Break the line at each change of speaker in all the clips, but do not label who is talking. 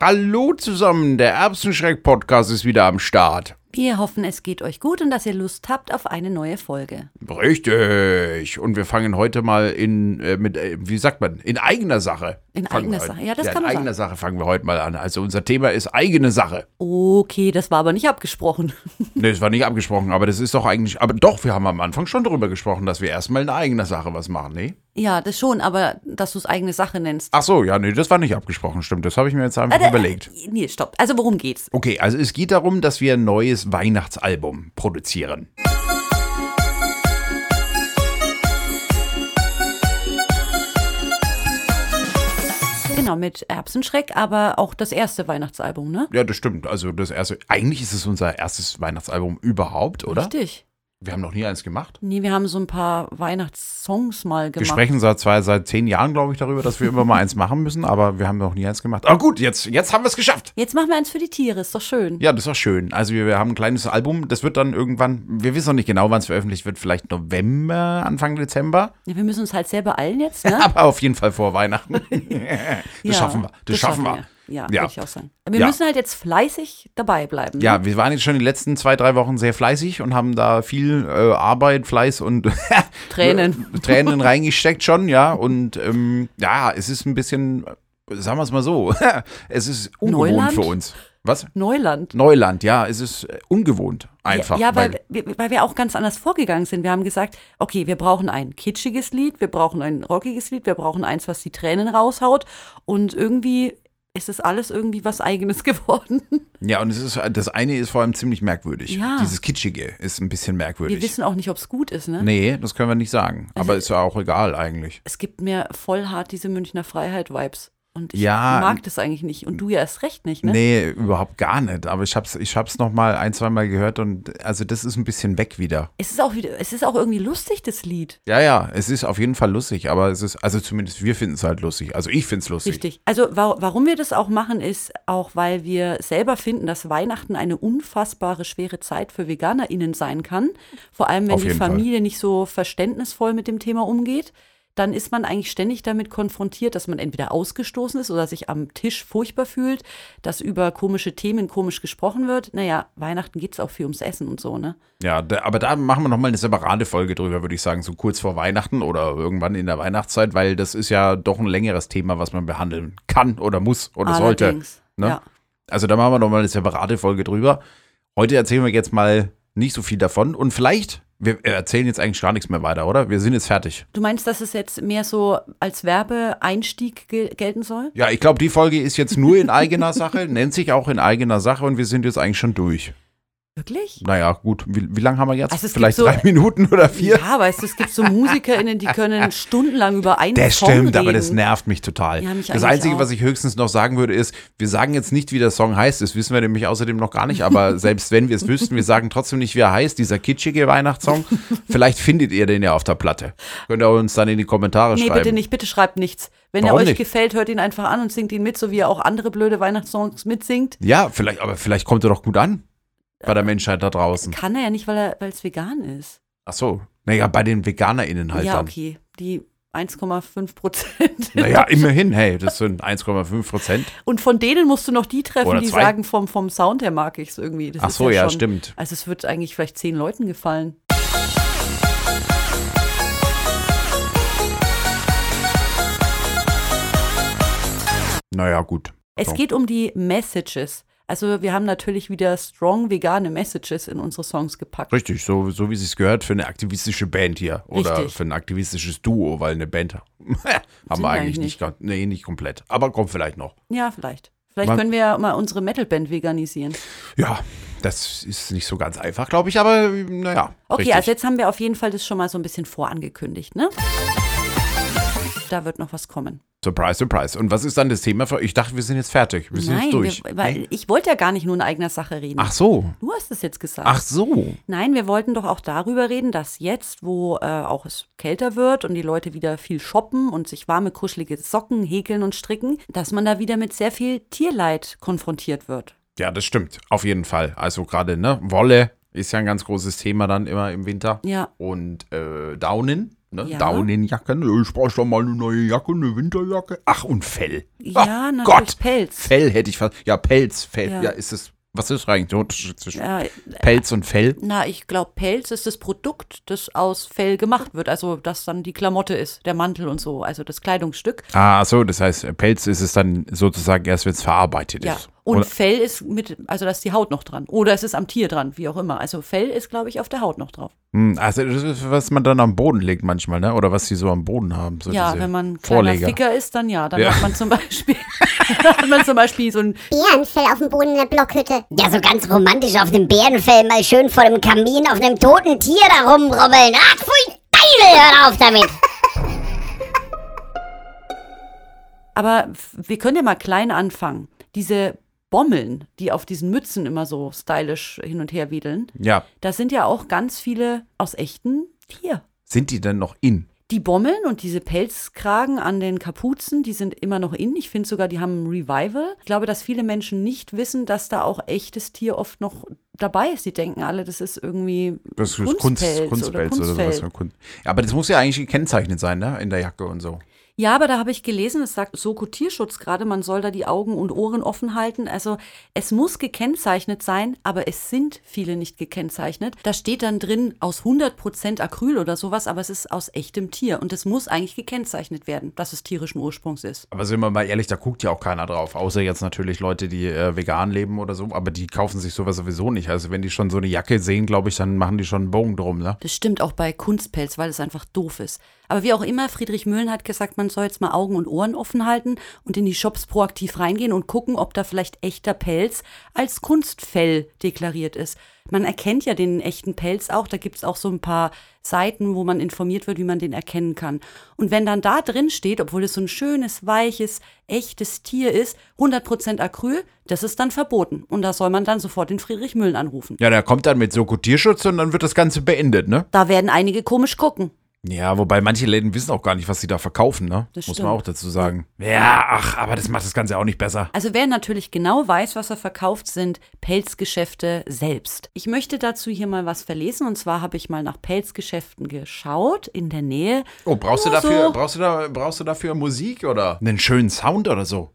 Hallo zusammen, der Erbsenschreck-Podcast ist wieder am Start.
Wir hoffen, es geht euch gut und dass ihr Lust habt auf eine neue Folge.
Richtig. Und wir fangen heute mal in, äh, mit, äh, wie sagt man, in eigener Sache.
In
Fangen wir
eigener
heute-
Sache. Ja, das
ja,
kann
In
man
eigener Sache fangen wir heute mal an. Also unser Thema ist eigene Sache.
Okay, das war aber nicht abgesprochen.
Ne, es war nicht abgesprochen, aber das ist doch eigentlich, aber doch, wir haben am Anfang schon darüber gesprochen, dass wir erstmal in eigener Sache was machen, ne?
Ja, das schon, aber dass du es eigene Sache nennst.
Ach so, ja, nee, das war nicht abgesprochen, stimmt. Das habe ich mir jetzt einfach überlegt.
Äh, Nee, stopp. Also worum geht's?
Okay, also es geht darum, dass wir ein neues Weihnachtsalbum produzieren.
Genau, mit Erbsenschreck, aber auch das erste Weihnachtsalbum, ne?
Ja, das stimmt. Also das erste, eigentlich ist es unser erstes Weihnachtsalbum überhaupt, oder?
Richtig.
Wir haben noch nie eins gemacht.
Nee, wir haben so ein paar Weihnachtssongs mal
Wir
gemacht.
sprechen seit zwei, seit zehn Jahren, glaube ich, darüber, dass wir immer mal eins machen müssen, aber wir haben noch nie eins gemacht. Aber gut, jetzt, jetzt haben wir es geschafft.
Jetzt machen wir eins für die Tiere, ist doch schön.
Ja, das war schön. Also wir, wir haben ein kleines Album, das wird dann irgendwann, wir wissen noch nicht genau, wann es veröffentlicht wird, vielleicht November, Anfang Dezember,
Ja, Wir müssen uns halt sehr beeilen jetzt, ne?
aber auf jeden Fall vor Weihnachten. das
Ja,
schaffen wir, das, schaffen wir.
Ja,
Ja.
würde ich auch sagen. Wir
Ja.
müssen halt jetzt fleißig dabei bleiben. ne?
Ja, wir waren jetzt schon die letzten zwei, drei Wochen sehr fleißig und haben da viel äh, Arbeit, Fleiß und
Tränen.
Tränen reingesteckt schon, ja. Und ähm, ja, es ist ein bisschen, sagen wir es mal so, es ist ungewohnt
Neuland?
für uns. Was?
Neuland.
Neuland, ja, es ist äh, ungewohnt einfach.
Ja, ja weil,
weil,
wir, weil wir auch ganz anders vorgegangen sind. Wir haben gesagt, okay, wir brauchen ein kitschiges Lied, wir brauchen ein rockiges Lied, wir brauchen eins, was die Tränen raushaut. Und irgendwie ist es alles irgendwie was Eigenes geworden.
ja und es ist, das eine ist vor allem ziemlich merkwürdig.
Ja.
Dieses Kitschige ist ein bisschen merkwürdig.
Wir wissen auch nicht, ob es gut ist, ne? Also
nee, das können wir nicht sagen. Aber ist ja auch egal eigentlich.
Es gibt mir voll hart diese Münchner Freiheit-Vibes. Und ich
Ja.
mag das eigentlich nicht. Und du ja erst recht nicht, ne?
Ah, Nee, überhaupt gar nicht. Aber ich hab's, ich hab's noch mal ein, zwei Mal gehört und also das ist ein bisschen weg wieder.
Es ist auch wieder, es ist auch irgendwie lustig, das Lied.
Ja, ja, es ist auf jeden Fall lustig, aber es ist, also zumindest wir finden es halt lustig. Also ich finde es lustig.
Richtig. Also wa warum wir das auch machen, ist auch, weil wir selber finden, dass Weihnachten eine unfassbare schwere Zeit für VeganerInnen sein kann. Vor allem, wenn
Auf
die
jeden Fall.
Familie nicht so verständnisvoll mit dem Thema umgeht. Dann ist man eigentlich ständig damit konfrontiert, dass man entweder ausgestoßen ist oder sich am Tisch furchtbar fühlt, dass über komische Themen komisch gesprochen wird. Naja, Weihnachten geht es auch viel ums Essen und so, ne?
Ja, da, aber da machen wir nochmal eine separate Folge drüber, würde ich sagen, so kurz vor Weihnachten oder irgendwann in der Weihnachtszeit, weil das ist ja doch ein längeres Thema, was man behandeln kann oder muss oder sollte.
Allerdings.
ne?
Ja.
Also da machen wir nochmal eine separate Folge drüber. Heute erzählen wir jetzt mal nicht so viel davon und vielleicht, wir äh, erzählen jetzt eigentlich gar nichts mehr weiter, oder? Wir sind jetzt fertig.
Du meinst, dass es jetzt mehr so als Werbeeinstieg gel gelten soll?
Ja, ich glaube, die Folge ist jetzt nur in eigener Sache, nennt sich auch in eigener Sache und wir sind jetzt eigentlich schon durch.
Wirklich?
Naja, gut, wie, wie lange haben wir jetzt?
Also es gibt
Vielleicht
so-
drei Minuten oder vier?
Ja, weißt du, es gibt so MusikerInnen, die können stundenlang über einen
Das
Song
stimmt,
reden.
aber das nervt mich total.
Ja, mich
das
eigentlich
Einzige,
auch.
was ich höchstens noch sagen würde, ist, wir sagen jetzt nicht, wie der Song heißt. Das wissen wir nämlich außerdem noch gar nicht. Aber selbst wenn wir es wüssten, wir sagen trotzdem nicht, wie er heißt, dieser kitschige Weihnachtssong. Vielleicht findet ihr den ja auf der Platte. Könnt ihr uns dann in die Kommentare
Nee,
schreiben.
bitte nicht, bitte schreibt nichts. Wenn
Warum
er euch
nicht?
gefällt, hört ihn einfach an und singt ihn mit, so wie er auch andere blöde Weihnachtssongs mitsingt.
Ja, vielleicht, aber vielleicht kommt er doch gut an bei der Menschheit da draußen.
Äh, Kann er ja nicht, weil er, weil es vegan ist.
Ach so. Naja, bei den VeganerInnen halt
ja,
dann.
okay. Die 1,5 Prozent.
Naja, immerhin, hey, das sind 1,5 Prozent.
Und von denen musst du noch die treffen,
Oder
die
zwei.
sagen, vom, vom Sound her mag ich es irgendwie. Das
Ach
ist
so, ja,
schon-
stimmt.
Also es wird eigentlich vielleicht zehn Leuten gefallen.
Naja, gut.
Es geht um die Messages. Also wir haben natürlich wieder strong vegane Messages in unsere Songs gepackt.
Richtig, so, so wie es sich gehört für eine aktivistische Band hier. Oder
Richtig.
für ein aktivistisches Duo, weil eine Band haben wir eigentlich
eigentlich
nicht. ganz- Nee, nicht komplett. Aber kommt vielleicht noch.
Ja, vielleicht. Vielleicht
Man-
können wir ja mal unsere Metalband veganisieren.
Ja, das ist nicht so ganz einfach, glaube ich, aber naja.
Okay,
richtig.
also jetzt haben wir auf jeden Fall das schon mal so ein bisschen vorangekündigt, ne? Da wird noch was kommen.
Surprise, surprise. Und was ist dann das Thema für Ich dachte, wir sind jetzt fertig. Wir sind jetzt
Nein,
durch.
wir, weil
Nee?
ich wollte ja gar nicht nur in eigener Sache reden.
Ach so.
Du hast es jetzt gesagt.
Ach so.
Nein, wir wollten doch auch darüber reden, dass jetzt, wo äh, auch es kälter wird und die Leute wieder viel shoppen und sich warme, kuschelige Socken häkeln und stricken, dass man da wieder mit sehr viel Tierleid konfrontiert wird.
Ja, das stimmt. Auf jeden Fall. Also gerade, ne? Wolle ist ja ein ganz großes Thema dann immer im Winter.
Ja,
Und äh, Daunen Ne?
Ja.
Daunenjacken, Äh, ich brauche schon mal eine neue Jacke, eine Winterjacke. Ach, und Fell.
Ja,
Ach,
natürlich
Gott.
Pelz.
Fell hätte ich fast. Ja, Pelz, Fell. Ja,
Ja.
ist es. Was ist eigentlich der Unterschied zwischen
Ja,
Pelz und Fell?
na, ich glaube, Pelz ist das Produkt, das aus Fell gemacht wird. Also, das dann die Klamotte ist, der Mantel und so, also das Kleidungsstück.
Ah, so, das heißt, Pelz ist es dann sozusagen erst, wenn es verarbeitet
Ja.
ist.
Und
Oder-
Fell ist mit, also da ist die Haut noch dran. Oder es ist am Tier dran, wie auch immer. Also Fell ist, glaube ich, auf der Haut noch drauf.
Hm, also, das ist, was man dann am Boden legt manchmal, ne? Oder was die so am Boden haben. So
ja,
diese
wenn man ein kleiner
Vorleger.
Ficker ist, dann ja. Dann
Ja.
hat man zum Beispiel, dann hat man zum Beispiel so ein,
Bärenfell auf dem Boden in der Blockhütte.
Ja, so ganz romantisch auf dem Bärenfell mal schön vor dem Kamin auf einem toten Tier da rumrubbeln. Ah, pfui, Teufel, hör auf damit.
aber f- wir können ja mal klein anfangen. Diese Bommeln, die auf diesen Mützen immer so stylisch hin und her wedeln,
Ja.
da sind ja auch ganz viele aus echten Tier.
Sind die denn noch in?
Die Bommeln und diese Pelzkragen an den Kapuzen, die sind immer noch in. Ich finde sogar, die haben ein Revival. Ich glaube, dass viele Menschen nicht wissen, dass da auch echtes Tier oft noch dabei ist. Die denken alle, das ist irgendwie
Das ist
Kunstpelz
Kunst, Kunstpelz oder, sowas. ja,
Kunstfell.
Kun- Ja, aber das muss ja eigentlich gekennzeichnet sein, ne? In der Jacke und so.
Ja, aber da habe ich gelesen, es sagt Soko Tierschutz gerade, man soll da die Augen und Ohren offen halten. Also es muss gekennzeichnet sein, aber es sind viele nicht gekennzeichnet. Da steht dann drin aus 100% Acryl oder sowas, aber es ist aus echtem Tier. Und es muss eigentlich gekennzeichnet werden, dass es tierischen Ursprungs ist.
Aber sind wir mal ehrlich, da guckt ja auch keiner drauf. Außer jetzt natürlich Leute, die äh, vegan leben oder so. Aber die kaufen sich sowas sowieso nicht. Also, wenn die schon so eine Jacke sehen, glaube ich, dann machen die schon einen Bogen drum, ne?
Das stimmt auch bei Kunstpelz, weil es einfach doof ist. Aber wie auch immer, Friedrich Mühlen hat gesagt, man soll jetzt mal Augen und Ohren offen halten und in die Shops proaktiv reingehen und gucken, ob da vielleicht echter Pelz als Kunstfell deklariert ist. Man erkennt ja den echten Pelz auch, da gibt's auch so ein paar Seiten, wo man informiert wird, wie man den erkennen kann. Und wenn dann da drin steht, obwohl es so ein schönes, weiches, echtes Tier ist, 100% Acryl, das ist dann verboten. Und da soll man dann sofort den Friedrich Mühlen anrufen.
Ja, der kommt dann mit Soko Tierschutz und dann wird das Ganze beendet, ne?
Da werden einige komisch gucken.
Ja, wobei manche Läden wissen auch gar nicht, was sie da verkaufen, ne?
Das
Muss
stimmt.
man auch dazu sagen. Ja, ach, aber das macht das Ganze auch nicht besser.
Also wer natürlich genau weiß, was er verkauft, sind Pelzgeschäfte selbst. Ich möchte dazu hier mal was verlesen und zwar habe ich mal nach Pelzgeschäften geschaut in der Nähe.
Oh, brauchst du
Nur so.
dafür, brauchst du da, brauchst du dafür Musik oder einen schönen Sound oder so?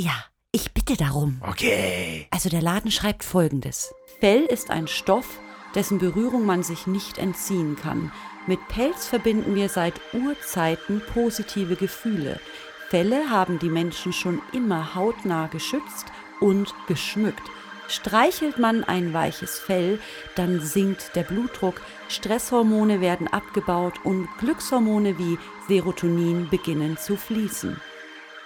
Ja, ich bitte darum.
Okay.
Also der Laden schreibt folgendes. Fell ist ein Stoff, dessen Berührung man sich nicht entziehen kann. Mit Pelz verbinden wir seit Urzeiten positive Gefühle. Felle haben die Menschen schon immer hautnah geschützt und geschmückt. Streichelt man ein weiches Fell, dann sinkt der Blutdruck, Stresshormone werden abgebaut und Glückshormone wie Serotonin beginnen zu fließen.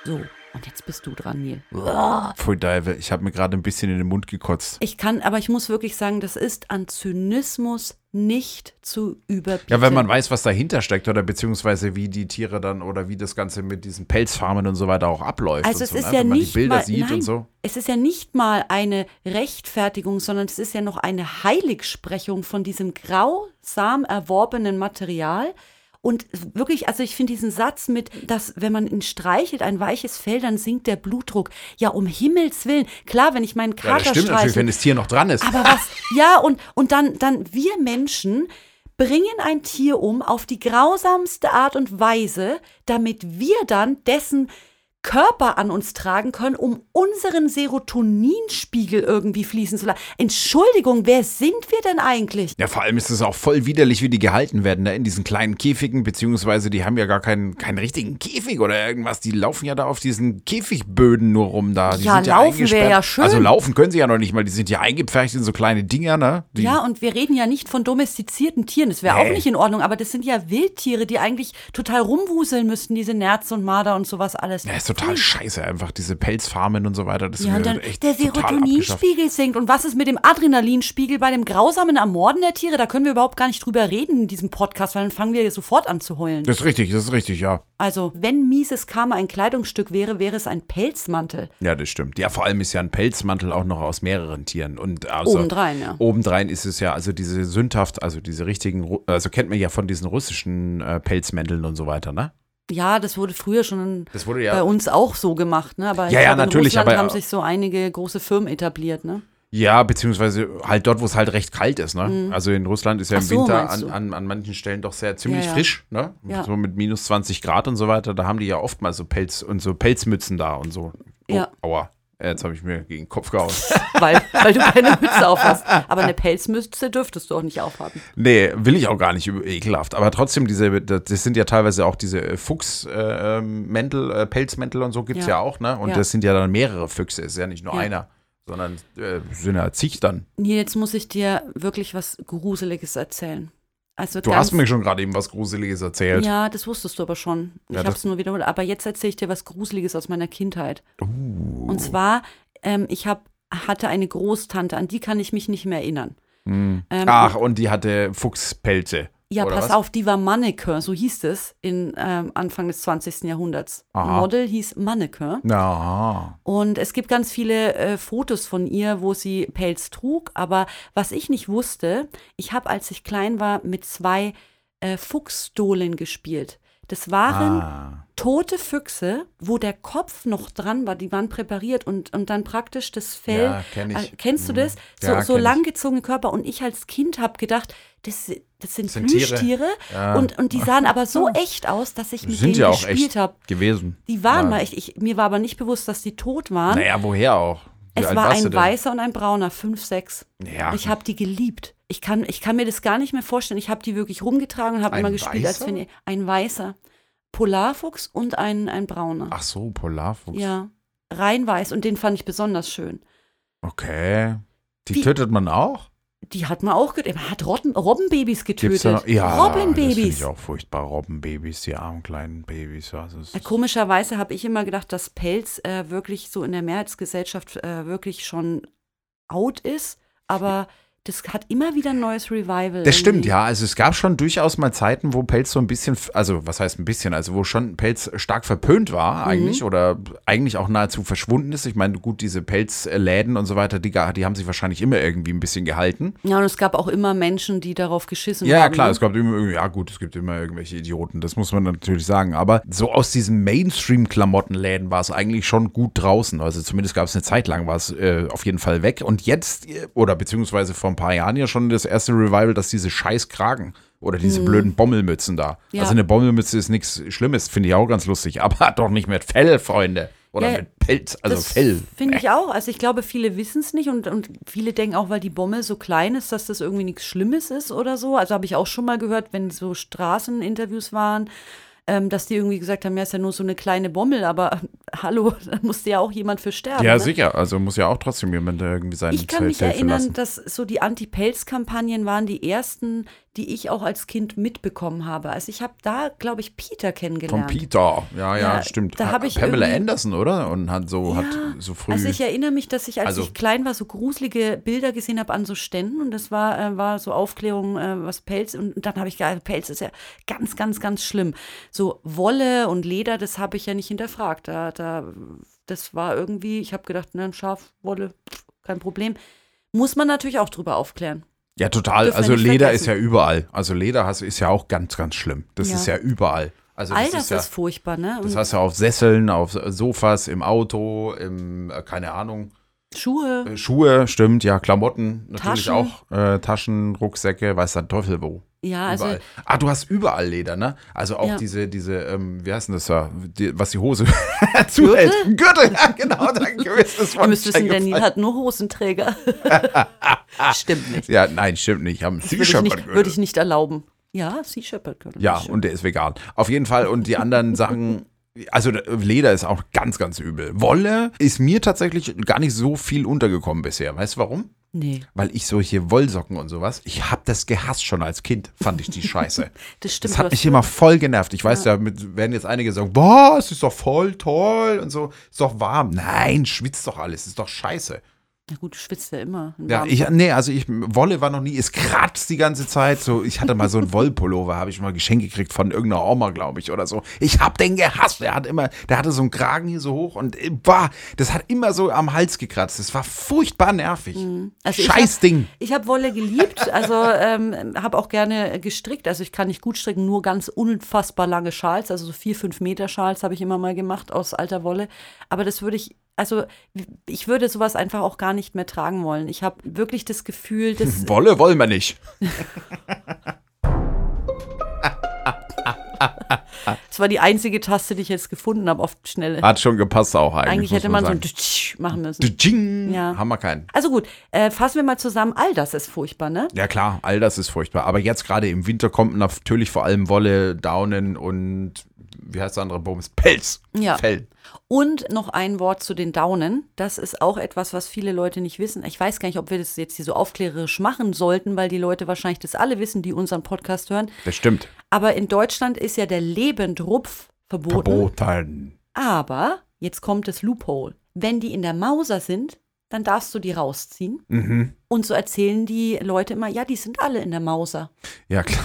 So, und jetzt bist du dran, Neil.
Pfui, Deivel, ich habe mir gerade ein bisschen in den Mund gekotzt.
Ich kann, aber ich muss wirklich sagen, das ist an Zynismus nicht zu überbieten.
Ja, wenn man weiß, was dahinter steckt oder beziehungsweise wie die Tiere dann oder wie das Ganze mit diesen Pelzfarmen und so weiter auch abläuft.
also
und
es
so,
ist
ne?
ja
wenn man
nicht
die Bilder
mal,
sieht
nein,
und so.
es ist ja nicht mal eine Rechtfertigung, sondern es ist ja noch eine Heiligsprechung von diesem grausam erworbenen Material. Und wirklich, also ich finde diesen Satz mit, dass wenn man ihn streichelt, ein weiches Fell, dann sinkt der Blutdruck. Ja, um Himmels Willen. Klar, wenn ich meinen
Ja, das
Kater
stimmt natürlich,
streiche,
wenn das Tier noch dran ist.
Aber was? Ja, und, und dann, dann wir Menschen bringen ein Tier um auf die grausamste Art und Weise, damit wir dann dessen Körper an uns tragen können, um unseren Serotoninspiegel irgendwie fließen zu lassen. Entschuldigung, wer sind wir denn eigentlich?
Ja, vor allem ist es auch voll widerlich, wie die gehalten werden, ne? in diesen kleinen Käfigen, beziehungsweise die haben ja gar keinen, keinen richtigen Käfig oder irgendwas. Die laufen ja da auf diesen Käfigböden nur rum da. Die
Ja,
sind
laufen
eingesperrt.
wär ja schön.
Also laufen können sie ja noch nicht mal, die sind ja eingepfercht in so kleine Dinger, ne? Die,
Ja, und wir reden ja nicht von domestizierten Tieren, das wäre
Nee.
auch nicht in Ordnung, aber das sind ja Wildtiere, die eigentlich total rumwuseln müssten, diese Nerze und Marder und sowas alles.
Ja, ist total scheiße einfach, diese Pelzfarmen und so weiter. Das
Hm. Ja,
ist
und
mir
dann
echt
der
total abgeschafft.
Serotoninspiegel sinkt. Und was ist mit dem Adrenalinspiegel bei dem grausamen Ermorden der Tiere? Da können wir überhaupt gar nicht drüber reden in diesem Podcast, weil dann fangen wir sofort an zu heulen.
Das ist richtig, das ist richtig, ja.
Also, wenn mieses Karma ein Kleidungsstück wäre, wäre es ein Pelzmantel.
Ja, das stimmt. Ja, vor allem ist ja ein Pelzmantel auch noch aus mehreren Tieren. Und also,
Obendrein, ja.
Obendrein ist es ja, also diese sündhaft, also diese richtigen, Ru- also kennt man ja von diesen russischen äh, Pelzmänteln und so weiter, ne?
Ja, das wurde früher schon
Das wurde ja-
bei uns auch so gemacht, ne? Aber ich
Ja, ja,
glaube,
natürlich,
in Russland
aber-
haben sich so einige große Firmen etabliert, ne?
Ja, beziehungsweise halt dort, wo es halt recht kalt ist. Ne? Also in Russland ist ja
Mhm. Ach
im
so,
Winter
meinst
an,
du?
an, an manchen Stellen doch sehr ziemlich
Ja, ja.
frisch. Ne?
Ja.
So mit minus 20 Grad und so weiter. Da haben die ja oft mal so Pelz und so Pelzmützen da und so. Oh,
Ja.
Aua. Äh, Jetzt habe ich mir gegen den Kopf gehauen.
weil, weil du keine Mütze auf hast. Aber eine Pelzmütze dürftest du auch nicht aufhaben.
Nee, will ich auch gar nicht üb- ekelhaft. Aber trotzdem, diese, das das sind ja teilweise auch diese äh, Fuchsmäntel, äh, Pelzmäntel und so gibt es ja.
Ja.
auch, ne? Und
Ja.
das sind ja dann mehrere Füchse, ist ja nicht nur
Ja.
einer, sondern äh, sind ja zig dann.
Nee, jetzt muss ich dir wirklich was Gruseliges erzählen. Also
Du
ganz,
hast mir schon gerade eben was Gruseliges erzählt.
Ja, das wusstest du aber schon. Ich
Ja,
habe es nur wiederholt. Aber jetzt erzähle ich dir was Gruseliges aus meiner Kindheit.
Uh.
Und zwar, ähm, ich hab, hatte eine Großtante, an die kann ich mich nicht mehr erinnern. Ähm,
Hm. Ach, und die hatte Fuchspelze.
Ja,
oder
pass
was?
auf, die war Mannequin, so hieß es in ähm, Anfang des 20. Jahrhunderts.
Aha.
Model hieß Mannequin.
Ja.
Und es gibt ganz viele äh, Fotos von ihr, wo sie Pelz trug. Aber was ich nicht wusste, ich habe, als ich klein war, mit zwei äh, Fuchsstohlen gespielt. Das waren
Ah.
tote Füchse, wo der Kopf noch dran war, die waren präpariert und, und dann praktisch das Fell.
Ja, kenn ich.
Äh, kennst du
Mhm.
das? So,
Ja,
so
kenn ich.
langgezogene Körper. Und ich als Kind habe gedacht, das, das sind,
sind Tiere.
Plüschtiere.
Ja.
Und, und die sahen aber so echt aus, dass ich mit
Sind
denen
ja auch echt
gespielt habe.
gewesen.
Die waren
Ja.
mal echt, ich, mir war aber nicht bewusst, dass die tot waren.
Naja, woher auch? Wie
es
alt
war
warst du
ein
denn?
weißer und ein brauner, 5, 6.
Ja.
Ich habe die geliebt. Ich kann, ich kann mir das gar nicht mehr vorstellen. Ich habe die wirklich rumgetragen und habe
Ein
immer gespielt, als
weißer?
wenn ihr- ein weißer Polarfuchs und ein, ein brauner.
Ach so, Polarfuchs.
Ja, rein weiß und den fand ich besonders schön.
Okay. Die,
Die-
tötet man auch?
Die hat man auch getötet. Man hat Rotten, Robbenbabys
Gibt's da
getötet.
noch? Ja, das finde
Robbenbabys.
ich auch furchtbar. Robbenbabys, die armen kleinen Babys. ja, Das ist,
Äh, Komischerweise habe ich immer gedacht, dass Pelz äh, wirklich so in der Mehrheitsgesellschaft äh, wirklich schon out ist, aber das hat immer wieder ein neues Revival.
das stimmt,
irgendwie.
ja. Also es gab schon durchaus mal Zeiten, wo Pelz so ein bisschen, f- also was heißt ein bisschen, also wo schon Pelz stark verpönt war eigentlich oder eigentlich auch nahezu verschwunden ist. Ich meine, gut, diese Pelzläden und so weiter, die, ga- die haben sich wahrscheinlich immer irgendwie ein bisschen gehalten.
Ja, und es gab auch immer Menschen, die darauf geschissen
Ja,
haben.
ja, klar,
ne?
es kommt immer, irgendwie- ja gut, es gibt immer irgendwelche Idioten, das muss man natürlich sagen. Aber so aus diesen Mainstream-Klamottenläden war es eigentlich schon gut draußen. Also zumindest gab es eine Zeit lang, war es äh, auf jeden Fall weg. Und jetzt, äh, oder beziehungsweise vor ein paar Jahren ja schon das erste Revival, dass diese scheiß Kragen oder diese blöden Bommelmützen da.
Mhm. Ja.
Also eine Bommelmütze ist nichts Schlimmes, finde ich auch ganz lustig, aber doch nicht mit Fell, Freunde. Oder
Ja,
mit Pelz, also
das
Fell.
Finde ich auch. Also ich glaube, viele wissen es nicht und, und viele denken auch, weil die Bommel so klein ist, dass das irgendwie nichts Schlimmes ist oder so. Also habe ich auch schon mal gehört, wenn so Straßeninterviews waren, ähm, dass die irgendwie gesagt haben, ja, ist ja nur so eine kleine Bommel, aber äh, hallo, da musste ja auch jemand für sterben.
Ja,
ne?
sicher. Also muss ja auch trotzdem jemand da irgendwie seinen
Ich kann mich
Zelt helfen lassen.
erinnern, dass so die Anti-Pelz-Kampagnen waren die ersten, die ich auch als Kind mitbekommen habe. Also ich habe da, glaube ich, Peter
Von
kennengelernt.
Peter, ja, ja,
Ja,
stimmt.
da
Ha-
hab ich
Pamela
irgendwie-
Anderson, oder? Und hat so, hat so früh.
Also ich erinnere mich, dass ich, als
Also-
ich klein war, so gruselige Bilder gesehen habe an so Ständen und das war, äh, war so Aufklärung, äh, was Pelz und dann habe ich gedacht, also Pelz ist ja ganz, ganz, ganz schlimm. So Wolle und Leder, das habe ich ja nicht hinterfragt. Da, da, das war irgendwie, ich habe gedacht, ne, Schaf, Wolle, pff, kein Problem. Muss man natürlich auch drüber aufklären.
ja, total.
dürfen wir
Also
nicht
Leder
vergessen.
ist ja überall. Also Leder hast- ist ja auch ganz, ganz schlimm. Das
Ja.
ist ja überall. Also
All
das,
das
ist ja.
ist furchtbar, ne? Und
das hast du auf Sesseln, auf Sofas, im Auto, im, äh, keine Ahnung,
Schuhe,
äh, Schuhe, stimmt, ja, Klamotten, natürlich
Taschen.
auch, äh, Taschen, Rucksäcke, weiß der Teufel wo.
ja, also
Überall. ah, du hast überall Leder, ne? Also auch
Ja.
diese, diese, ähm, wie heißt denn das da? Die, was die Hose zuhält. Gürtel, ja, genau, danke, mir ist das
ihr
Wort
müsst wissen,
eingefallen.
Daniel hat nur Hosenträger. Stimmt nicht.
Ja, nein, stimmt nicht. Haben Sea
Würde ich,
Shepherd
nicht,
Gürtel.
würde ich nicht erlauben. Ja, Sea Shepherd Gürtel.
Ja,
das stimmt.
und der ist vegan. Auf jeden Fall. Und die anderen Sachen. Also Leder ist auch ganz, ganz übel. Wolle ist mir tatsächlich gar nicht so viel untergekommen bisher. Weißt du warum?
Nee,
Weil ich solche Wollsocken und sowas, ich hab das gehasst schon als Kind, fand ich die Scheiße.
das stimmt.
Das
du
hat
hast
mich immer voll genervt. Ich weiß, damit werden jetzt einige sagen, was, ist doch voll toll und so, ist doch warm. Nein, schwitzt doch alles, ist doch scheiße.
Na gut, du schwitzt ja immer. in
Ja,
warmen
ich, nee, also ich, Wolle war noch nie, es kratzt die ganze Zeit. So, ich hatte mal so einen Wollpullover, habe ich mal geschenkt gekriegt von irgendeiner Oma, glaube ich, oder so. Ich habe den gehasst. Der hat immer, der hatte so einen Kragen hier so hoch und äh, bah, das hat immer so am Hals gekratzt. Das war furchtbar nervig.
Also ich
Scheiß
hab-
Ding.
Ich habe Wolle geliebt, also ähm, habe auch gerne gestrickt. Also ich kann nicht gut stricken, nur ganz unfassbar lange Schals, also so vier, fünf Meter Schals habe ich immer mal gemacht aus alter Wolle. Aber das würde ich also ich würde sowas einfach auch gar nicht mehr tragen wollen. Ich habe wirklich das Gefühl, dass
Wolle wollen wir nicht.
das war die einzige Taste, die ich jetzt gefunden habe auf die Schnelle.
Hat schon gepasst auch eigentlich.
Eigentlich hätte man so ein
so
Tsch machen müssen.
ein Dsching.
Ja.
Haben wir keinen.
Also gut, äh, fassen wir mal zusammen. All das ist furchtbar, ne?
Ja klar, all das ist furchtbar. Aber jetzt gerade im Winter kommt natürlich vor allem Wolle, Daunen und wie heißt der andere Bums? Pelz.
Ja.
Fell.
Und noch ein Wort zu den Daunen. Das ist auch etwas, was viele Leute nicht wissen. Ich weiß gar nicht, ob wir das jetzt hier so aufklärerisch machen sollten, weil die Leute wahrscheinlich das alle wissen, die unseren Podcast hören.
Das stimmt.
Aber in Deutschland ist ja der Lebendrupf verboten.
Verboten.
Aber jetzt kommt das Loophole. Wenn die in der Mauser sind, dann darfst du die rausziehen. Und so erzählen die Leute immer, ja, die sind alle in der Mauser.
Ja klar.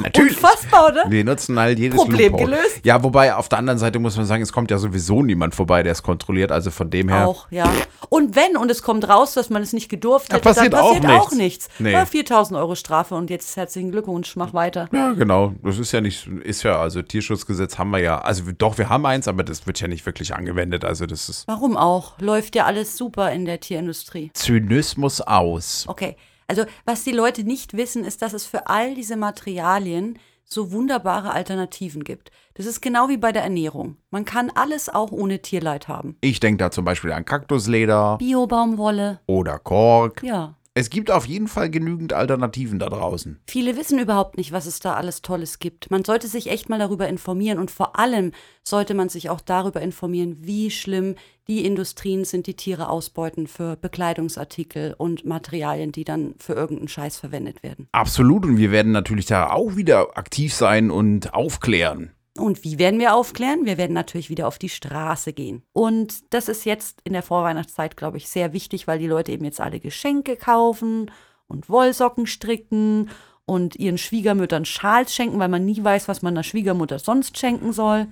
Natürlich.
Unfassbar, oder?
Wir nutzen halt jedes
Problem
Loophole.
gelöst.
Ja, wobei auf der anderen Seite muss man sagen, es kommt ja sowieso niemand vorbei, der es kontrolliert. Also von dem her.
Auch, ja. Und wenn, und es kommt raus, dass man es nicht gedurft
Ja,
hätte,
passiert
dann
auch
passiert auch
nichts.
nichts.
Nee.
Ja, 4000 Euro Strafe und jetzt herzlichen Glückwunsch, mach weiter.
Ja, genau. Das ist ja nicht, ist ja, also Tierschutzgesetz haben wir ja. Also doch, wir haben eins, aber das wird ja nicht wirklich angewendet. Also das ist
Warum auch? Läuft ja alles super in der Tierindustrie.
Zynismus aus.
Okay. Also, was die Leute nicht wissen, ist, dass es für all diese Materialien so wunderbare Alternativen gibt. Das ist genau wie bei der Ernährung. Man kann alles auch ohne Tierleid haben.
Ich denke da zum Beispiel an Kaktusleder
Biobaumwolle,
oder Kork.
ja.
Es gibt auf jeden Fall genügend Alternativen da draußen.
Viele wissen überhaupt nicht, was es da alles Tolles gibt. Man sollte sich echt mal darüber informieren und vor allem sollte man sich auch darüber informieren, wie schlimm die Industrien sind, die Tiere ausbeuten für Bekleidungsartikel und Materialien, die dann für irgendeinen Scheiß verwendet werden.
Absolut. Und wir werden natürlich da auch wieder aktiv sein und aufklären.
Und wie werden wir aufklären? Wir werden natürlich wieder auf die Straße gehen. Und das ist jetzt in der Vorweihnachtszeit, glaube ich, sehr wichtig, weil die Leute eben jetzt alle Geschenke kaufen und Wollsocken stricken und ihren Schwiegermüttern Schals schenken, weil man nie weiß, was man einer Schwiegermutter sonst schenken soll.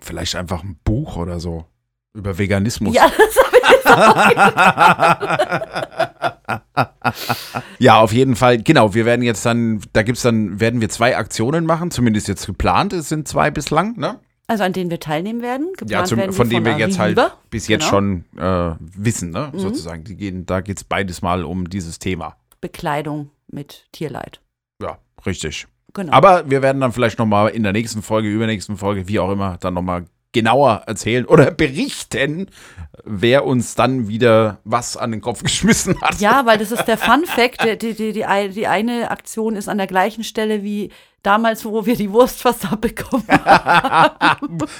Vielleicht einfach ein Buch oder so. Über Veganismus.
Ja, das habe ich jetzt
Ja, auf jeden Fall. Genau, wir werden jetzt dann, da gibt's dann, werden wir zwei Aktionen machen, zumindest jetzt geplant. Es sind zwei bislang, ne?
Also an denen wir teilnehmen werden. Geplant
Ja, zum,
werden
von denen wir jetzt halt
Arriva.
bis jetzt
Genau. Mhm.
schon äh, wissen, ne? Sozusagen. Die gehen, da geht's beides mal um dieses Thema.
Bekleidung mit Tierleid.
Ja, richtig.
Genau.
Aber wir werden dann vielleicht nochmal in der nächsten Folge, übernächsten Folge, wie auch immer, dann nochmal genauer erzählen oder berichten, wer uns dann wieder was an den Kopf geschmissen hat.
Ja, weil das ist der Fun Fact. Der- Die, die, die, ei- die eine Aktion ist an der gleichen Stelle wie damals, wo wir die Wurst fast abbekommen haben.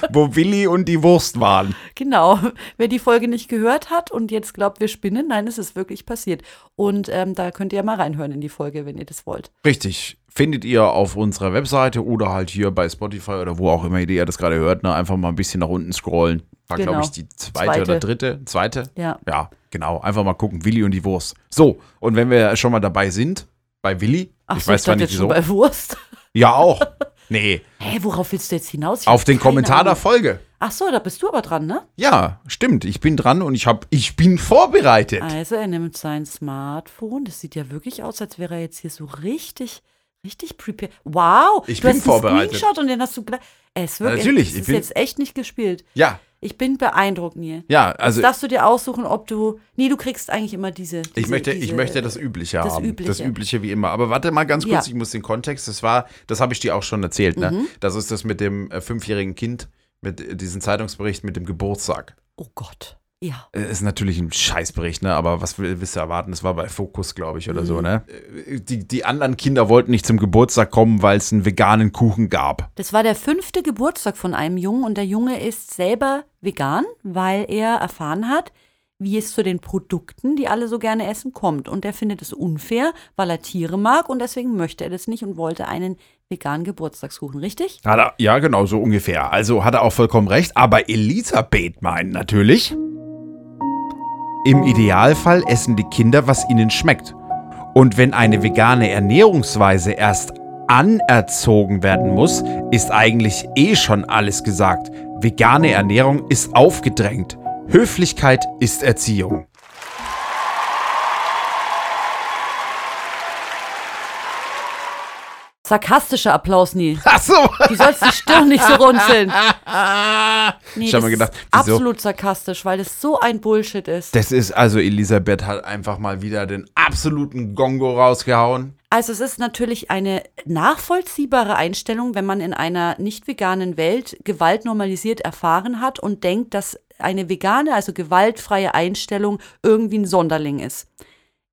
Wo Willi und die Wurst waren.
genau. Wer die Folge nicht gehört hat und jetzt glaubt, wir spinnen, nein, es ist wirklich passiert. Und ähm, da könnt ihr mal reinhören in die Folge, wenn ihr das wollt.
Richtig. Findet ihr auf unserer Webseite oder halt hier bei Spotify oder wo auch immer ihr das gerade hört, ne? einfach mal ein bisschen nach unten scrollen. War,
Genau.
glaube ich, die zweite,
Zweite.
oder dritte. Zweite?
Ja.
Ja, genau. Einfach mal gucken. Willi und die Wurst. So, und wenn wir schon mal dabei sind, bei Willi, ich
so,
weiß zwar
dachte
nicht
jetzt
wieso.
schon bei Wurst.
Ja, auch. Nee,
Hä, worauf willst du jetzt hinaus? Ich
auf
hab
den
keine
Kommentar der
Ahnung.
Folge.
Ach so, da bist du aber dran, ne?
Ja, stimmt. Ich bin dran und ich, hab, ich bin vorbereitet.
Also er nimmt sein Smartphone. Das sieht ja wirklich aus, als wäre er jetzt hier so richtig, richtig prepared. Wow!
Ich
du
bin
hast
vorbereitet.
Einen Screenshot und den hast du gleich. Es ist wirklich,
natürlich,
es
ich
ist
bin-
jetzt echt nicht gespielt.
Ja,
Ich bin beeindruckt, Neil.
ja, also
Darfst du dir aussuchen, ob du. Nee, du kriegst eigentlich immer diese. diese
Ich möchte, ich
diese-
möchte das Übliche
das
haben.
Übliche.
Das Übliche wie immer. Aber warte mal ganz kurz,
Ja.
ich
Mhm.
muss den Kontext. Das war, das habe ich dir auch schon erzählt. Ne? Das ist das mit dem äh, fünfjährigen Kind, mit äh, diesem Zeitungsbericht mit dem Geburtstag.
Oh Gott. Ja.
Äh, Ist natürlich ein Scheißbericht, ne? aber was will- willst du erwarten? Das war bei Fokus, glaube ich, oder
Mhm.
so. Ne? Äh, Die, die anderen Kinder wollten nicht zum Geburtstag kommen, weil es einen veganen Kuchen gab.
Das war der fünfte Geburtstag von einem Jungen und der Junge ist selber vegan, weil er erfahren hat, wie es zu den Produkten, die alle so gerne essen, kommt. Und er findet es unfair, weil er Tiere mag und deswegen möchte er das nicht und wollte einen veganen Geburtstagskuchen, richtig?
Hat er, ja, genau, so ungefähr. Also hat er auch vollkommen recht. Aber Elisabeth meint natürlich. Im Idealfall essen die Kinder, was ihnen schmeckt. Und wenn eine vegane Ernährungsweise erst anerzogen werden muss, ist eigentlich eh schon alles gesagt. Vegane Ernährung ist aufgedrängt. Höflichkeit ist Erziehung.
Sarkastischer Applaus, Nils.
Ach so.
Du sollst die Stirn nicht so runzeln. Nee,
ich habe
das
mir gedacht,
ist
wieso?
absolut sarkastisch, weil das so ein Bullshit ist.
Das ist also, Elisabeth hat einfach mal wieder den absoluten Gongo rausgehauen.
Also es ist natürlich eine nachvollziehbare Einstellung, wenn man in einer nicht veganen Welt Gewalt normalisiert erfahren hat und denkt, dass eine vegane, also gewaltfreie Einstellung irgendwie ein Sonderling ist.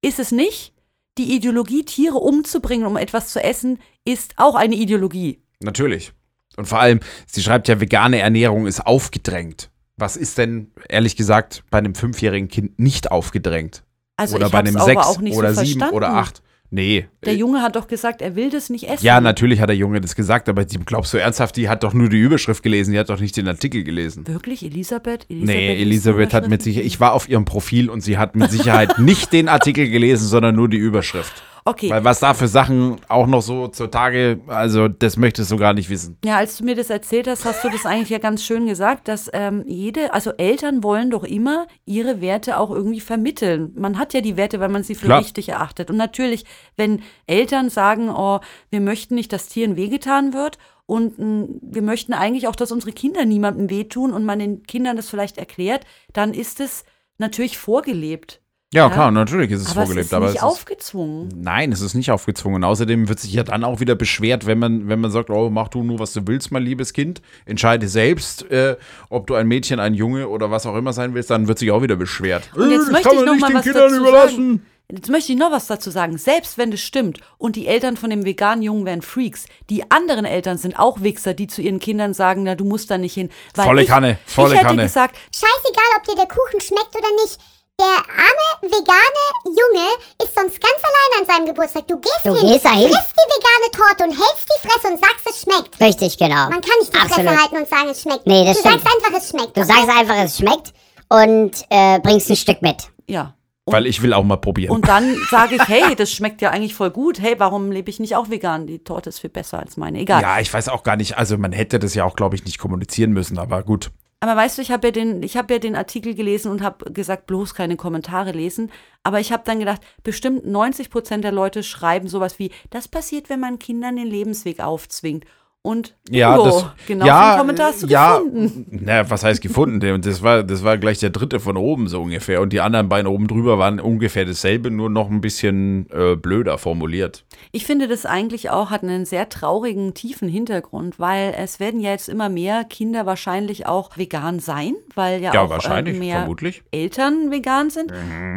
Ist es nicht? Die Ideologie, Tiere umzubringen, um etwas zu essen, ist auch eine Ideologie.
Natürlich. Und vor allem, sie schreibt ja, vegane Ernährung ist aufgedrängt. Was ist denn, ehrlich gesagt, bei einem fünfjährigen Kind nicht aufgedrängt?
Also
oder
ich
bei
hab's
einem
aber
sechs
auch nicht
oder
so
sieben
verstanden.
oder acht? Nee.
Der Junge hat doch gesagt, er will das nicht essen.
Ja, natürlich hat der Junge das gesagt, aber die glaubst du ernsthaft, die hat doch nur die Überschrift gelesen, die hat doch nicht den Artikel gelesen.
Wirklich, Elisabeth? Elisabeth
Nee,
liest
Elisabeth hat mit
Überschriften?
Sicherheit, ich war auf ihrem Profil und sie hat mit Sicherheit nicht den Artikel gelesen, sondern nur die Überschrift.
Okay.
Weil was da für Sachen auch noch so zutage, also das möchtest du gar nicht wissen.
Ja, als du mir das erzählt hast, hast du das eigentlich ja ganz schön gesagt, dass ähm, jede, also Eltern wollen doch immer ihre Werte auch irgendwie vermitteln. Man hat ja die Werte, weil man sie für
Klar.
richtig erachtet. Und natürlich, wenn Eltern sagen, oh, wir möchten nicht, dass Tieren wehgetan wird und mm, wir möchten eigentlich auch, dass unsere Kinder niemandem wehtun und man den Kindern das vielleicht erklärt, dann ist es natürlich vorgelebt.
Ja, klar, natürlich ist es
aber
vorgelebt,
es ist
aber
nicht
es ist,
aufgezwungen.
nein, es ist nicht aufgezwungen. Außerdem wird sich ja dann auch wieder beschwert, wenn man, wenn man sagt, oh, mach du nur, was du willst, mein liebes Kind, entscheide selbst, äh, ob du ein Mädchen, ein Junge oder was auch immer sein willst, dann wird sich auch wieder beschwert. Äh,
Und jetzt
das
möchte
kann
ich
man
noch
nicht
mal
den
was
Kindern
dazu
überlassen.
sagen. Jetzt möchte ich noch was dazu sagen. Selbst wenn das stimmt und die Eltern von dem veganen Jungen wären Freaks, die anderen Eltern sind auch Wichser, die zu ihren Kindern sagen, na, du musst da nicht hin. Weil
Volle
ich,
Kanne, volle
ich hätte
Kanne.
gesagt,
Scheißegal, ob dir der Kuchen schmeckt oder nicht. Der arme, vegane Junge ist sonst ganz allein an seinem Geburtstag. Du gehst
Du
hin,
gehst dahin.
frisst die vegane Torte und hältst die Fresse und sagst, es schmeckt.
Richtig, genau.
Man kann nicht die Fresse halten und sagen, es schmeckt.
Nee, das
du
stimmt.
sagst einfach, es schmeckt.
Du sagst einfach, es schmeckt und äh, bringst ein Stück mit.
ja.
Weil ich will auch mal probieren.
Und dann sage ich, hey, das schmeckt ja eigentlich voll gut. Hey, warum lebe ich nicht auch vegan? Die Torte ist viel besser als meine. Egal.
Ja, ich weiß auch gar nicht. Also man hätte das ja auch, glaube ich, nicht kommunizieren müssen, aber gut.
Aber weißt du, ich habe ja, den- ich hab ja den Artikel gelesen und habe gesagt, bloß keine Kommentare lesen. Aber ich habe dann gedacht, bestimmt 90 Prozent der Leute schreiben sowas wie, das passiert, wenn man Kindern den Lebensweg aufzwingt. Und
Ja,
Udo,
das,
genau
ja,
so einen Kommentar hast du
ja,
gefunden.
Na, was heißt gefunden? Der- Das war, das war gleich der dritte von oben so ungefähr. Und die anderen beiden oben drüber waren ungefähr dasselbe, nur noch ein bisschen äh, blöder formuliert.
Ich finde, das eigentlich auch hat einen sehr traurigen, tiefen Hintergrund, weil es werden ja jetzt immer mehr Kinder wahrscheinlich auch vegan sein, weil ja,
Ja,
auch
wahrscheinlich,
äh, mehr
vermutlich.
Eltern vegan sind.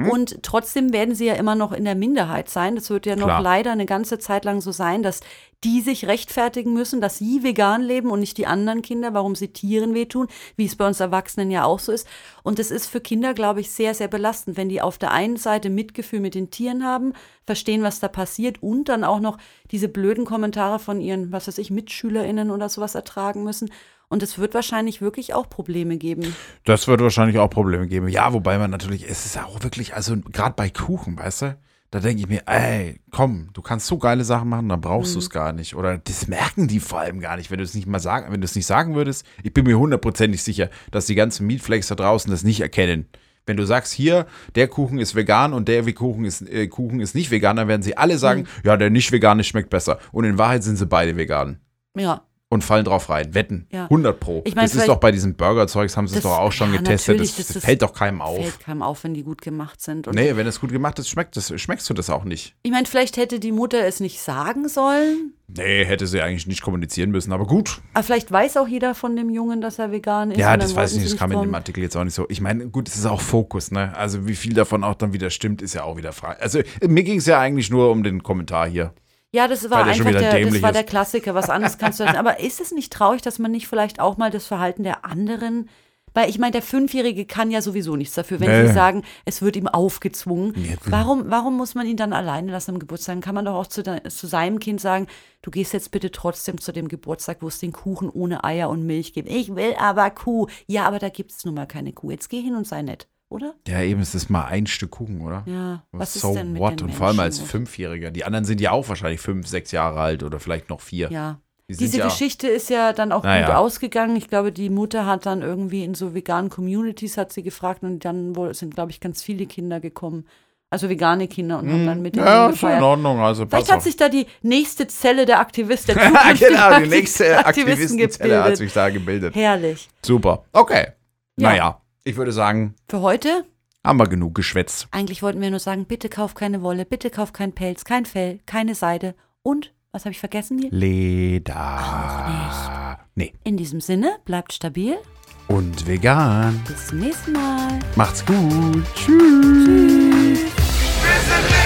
Und trotzdem werden sie ja immer noch in der Minderheit sein. Das wird ja noch
Klar.
leider eine ganze Zeit lang so sein, dass die sich rechtfertigen müssen, dass sie vegan leben und nicht die anderen Kinder, warum sie Tieren wehtun, wie es bei uns Erwachsenen ja auch so ist. Und das ist für Kinder, glaube ich, sehr, sehr belastend, wenn die auf der einen Seite Mitgefühl mit den Tieren haben, verstehen, was da passiert und dann auch noch diese blöden Kommentare von ihren, was weiß ich, MitschülerInnen oder sowas ertragen müssen. Und es wird wahrscheinlich wirklich auch Probleme geben.
Das wird wahrscheinlich auch Probleme geben. Ja, wobei man natürlich, es ist auch wirklich, also gerade bei Kuchen, weißt du? Da denke ich mir, ey, komm, du kannst so geile Sachen machen, dann brauchst du es gar nicht. Oder das merken die vor allem gar nicht, wenn du es nicht mal sagen, wenn du es nicht sagen würdest. Ich bin mir hundertprozentig sicher, dass die ganzen Meatflakes da draußen das nicht erkennen. Wenn du sagst, hier, der Kuchen ist vegan und der Kuchen ist, äh, Kuchen ist nicht vegan, dann werden sie alle sagen, ja, der nicht vegane schmeckt besser. Und in Wahrheit sind sie beide vegan
Ja,
und fallen drauf rein. Wetten.
Ja.
100 Pro.
Ich mein,
das ist
vielleicht-
doch bei diesem Burger-Zeugs, haben sie es
Das-
doch auch schon
ja,
getestet.
natürlich,
Das,
das ist-
fällt doch keinem auf.
fällt keinem auf, wenn die gut gemacht sind. Und
Nee, wenn es gut gemacht ist, schmeckt das, schmeckst du das auch nicht.
Ich meine, vielleicht hätte die Mutter es nicht sagen sollen,
Nee, hätte sie eigentlich nicht kommunizieren müssen, aber gut.
aber vielleicht weiß auch jeder von dem Jungen, dass er vegan ist.
Ja,
und dann
das weiß ich
wollten
nicht,
sie
das kam in
kommen.
dem Artikel jetzt auch nicht so. Ich meine, gut, es ist auch Fokus, ne? Also wie viel davon auch dann wieder stimmt, ist ja auch wieder frei. Also mir ging es ja eigentlich nur um den Kommentar hier.
Ja, das
Weil
war
der schon
einfach
wieder
der, das
dämlich
war
ist.
der Klassiker. Was anderes kannst du nicht. Aber ist es nicht traurig, dass man nicht vielleicht auch mal das Verhalten der anderen, weil ich meine, der Fünfjährige kann ja sowieso nichts dafür, wenn
Nee.
sie sagen, es wird ihm aufgezwungen.
Ja, klar.
Warum, warum muss man ihn dann alleine lassen am Geburtstag? Dann Kann man doch auch zu, de- zu seinem Kind sagen, du gehst jetzt bitte trotzdem zu dem Geburtstag, wo es den Kuchen ohne Eier und Milch gibt. Ich will aber Kuh. Ja, aber da gibt es nun mal keine Kuh. Jetzt geh hin und sei nett, oder?
Ja, eben, es ist mal ein Stück Kuchen, oder?
Ja, was
so
ist denn mit
what?
den
Und vor allem als
Menschen?
Fünfjähriger. Die anderen sind ja auch wahrscheinlich fünf, sechs Jahre alt oder vielleicht noch vier.
Ja.
Die sind
Diese
ja-
Geschichte ist ja dann auch
Naja.
gut ausgegangen. Ich glaube, die Mutter hat dann irgendwie in so veganen Communities hat sie gefragt und dann wohl sind, glaube ich, ganz viele Kinder gekommen. Also vegane Kinder und haben dann mit denen
Hm. Ja, ist in
gefeiert.
Ordnung. Also pass
Vielleicht hat
auf.
sich da die nächste Zelle der Aktivisten,
Ah,
der zukünftigen
genau, die
Aktiv-
nächste Aktivistenzelle hat
gebildet.
sich da gebildet.
Herrlich.
Super. Okay.
Ja.
Naja, ich würde sagen,
Für heute,
haben wir genug geschwätzt.
eigentlich wollten wir nur sagen, bitte kauf keine Wolle, bitte kauf kein Pelz, kein Fell, keine Seide und, was habe ich vergessen hier?
Leder. Nee.
In diesem Sinne, bleibt stabil,
Und vegan.
bis zum nächsten Mal.
Macht's gut. Tschüss.
Listen, listen.